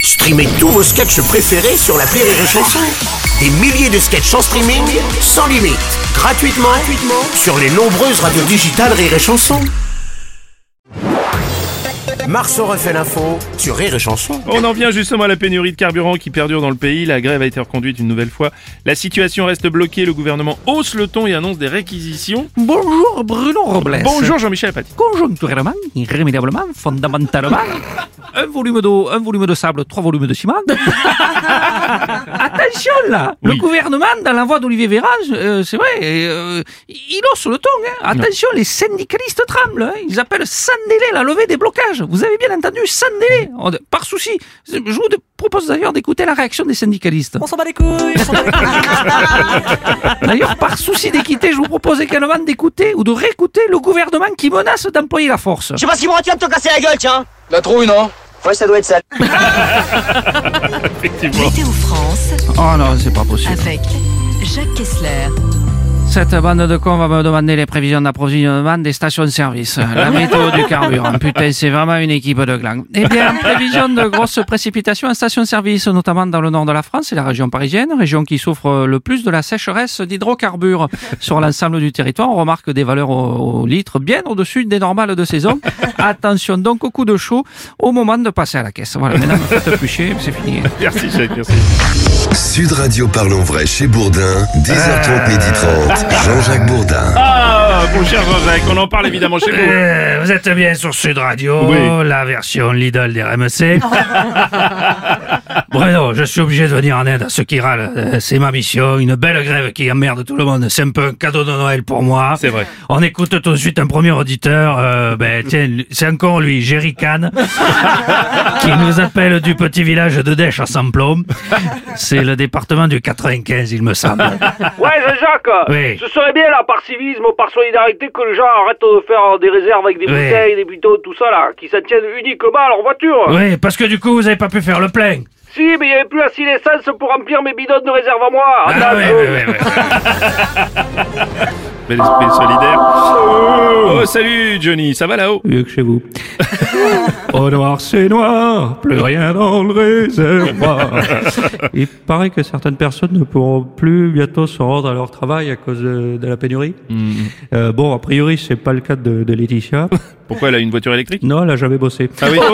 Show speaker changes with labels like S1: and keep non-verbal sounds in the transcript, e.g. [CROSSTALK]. S1: Streamez tous vos sketchs préférés sur la Rire et Chanson. Des milliers de sketchs en streaming, sans limite, gratuitement, gratuitement sur les nombreuses radios digitales Rire et Chanson. Marceau refait l'info sur Rire et Chanson.
S2: On en vient justement à la pénurie de carburant qui perdure dans le pays. La grève a été reconduite une nouvelle fois. La situation reste bloquée. Le gouvernement hausse le ton et annonce des réquisitions.
S3: Bonjour Bruno Robles.
S2: Bonjour Jean-Michel Apathy.
S3: Conjoncturellement, irrémédiablement, [LAUGHS] fondamentalement, un volume d'eau, un volume de sable, trois volumes de [LAUGHS] ciment. Attention là
S2: Oui.
S3: Le gouvernement, dans la voix d'Olivier Véran, euh, c'est vrai, euh, il hausse le ton. hein. Attention, les syndicalistes tremblent. hein. Ils appellent sans délai la levée des blocages. Vous avez bien entendu, sans délai. On- Par souci, je vous propose d'ailleurs d'écouter la réaction des syndicalistes.
S4: On s'en bat les couilles, on s'en bat les couilles.
S3: D'ailleurs, par souci d'équité, je vous propose également d'écouter ou de réécouter le gouvernement qui menace d'employer la force.
S4: Je sais pas si moi tu vas te casser la gueule, tiens.
S5: La trouille, non
S4: Ouais, ça doit être ça.
S2: Effectivement.
S6: Météo France
S3: Oh non, c'est pas possible.
S6: avec Jacques Kessler.
S3: Cette bande de cons va me demander les prévisions d'approvisionnement des stations-service. La météo du carburant. Putain, c'est vraiment une équipe de glands. Eh bien, en prévision de grosses précipitations en station-service, notamment dans le nord de la France et la région parisienne, région qui souffre le plus de la sécheresse d'hydrocarbures. Sur l'ensemble du territoire, on remarque des valeurs au, au litre bien au-dessus des normales de saison. Attention donc au coup de chaud au moment de passer à la caisse. Voilà, maintenant, faites plus chier, c'est fini.
S2: Merci Jacques, merci.
S7: Sud Radio Parlons Vrai chez Bourdin, 10h30, midi 30, Jean-Jacques Bourdin.
S2: Ah, mon cher Jean-Jacques, on en parle évidemment chez [LAUGHS] vous.
S8: Euh, vous êtes bien sur Sud Radio,
S2: Oui.
S8: la version Lidl des RMC. [LAUGHS] Bruno, je suis obligé de venir en aide à ceux qui râlent. Euh, C'est ma mission, une belle grève qui emmerde tout le monde. C'est un peu un cadeau de Noël pour moi.
S2: C'est vrai.
S8: On écoute tout de suite un premier auditeur. euh, ben, tiens, lui- c'est encore lui, Jerry Kahn,
S2: [LAUGHS]
S8: qui nous appelle du petit village de Dèche à Samplon. C'est le département du 95, il me
S2: [LAUGHS]
S8: semble.
S9: Ouais, c'est Jacques
S8: Oui.
S9: Ce serait bien, là, par civisme, par solidarité, que les gens arrêtent de faire des réserves avec des
S8: Oui.
S9: bouteilles, des buteaux, tout ça, là, qui s'attiennent uniquement à leur voiture.
S8: Oui, parce que du coup, vous avez pas pu faire le plein.
S9: Si, mais il n'y avait plus assez d'essence pour remplir mes bidons de réserve à moi.
S8: Ah,
S9: Attends,
S8: oui,
S9: euh,
S8: oui, oui, oui.
S2: Bel esprit solidaire. Oh, salut Johnny, ça va là-haut
S8: mieux que chez vous. Au noir, c'est noir, plus rien dans le réservoir. Il paraît que certaines personnes ne pourront plus bientôt se rendre à leur travail à cause de, de la pénurie. Euh, bon, a priori, c'est pas le cas de, de Laetitia.
S2: Pourquoi elle a une voiture électrique
S8: Non, elle a jamais bossé.
S2: Ah oui. Oh.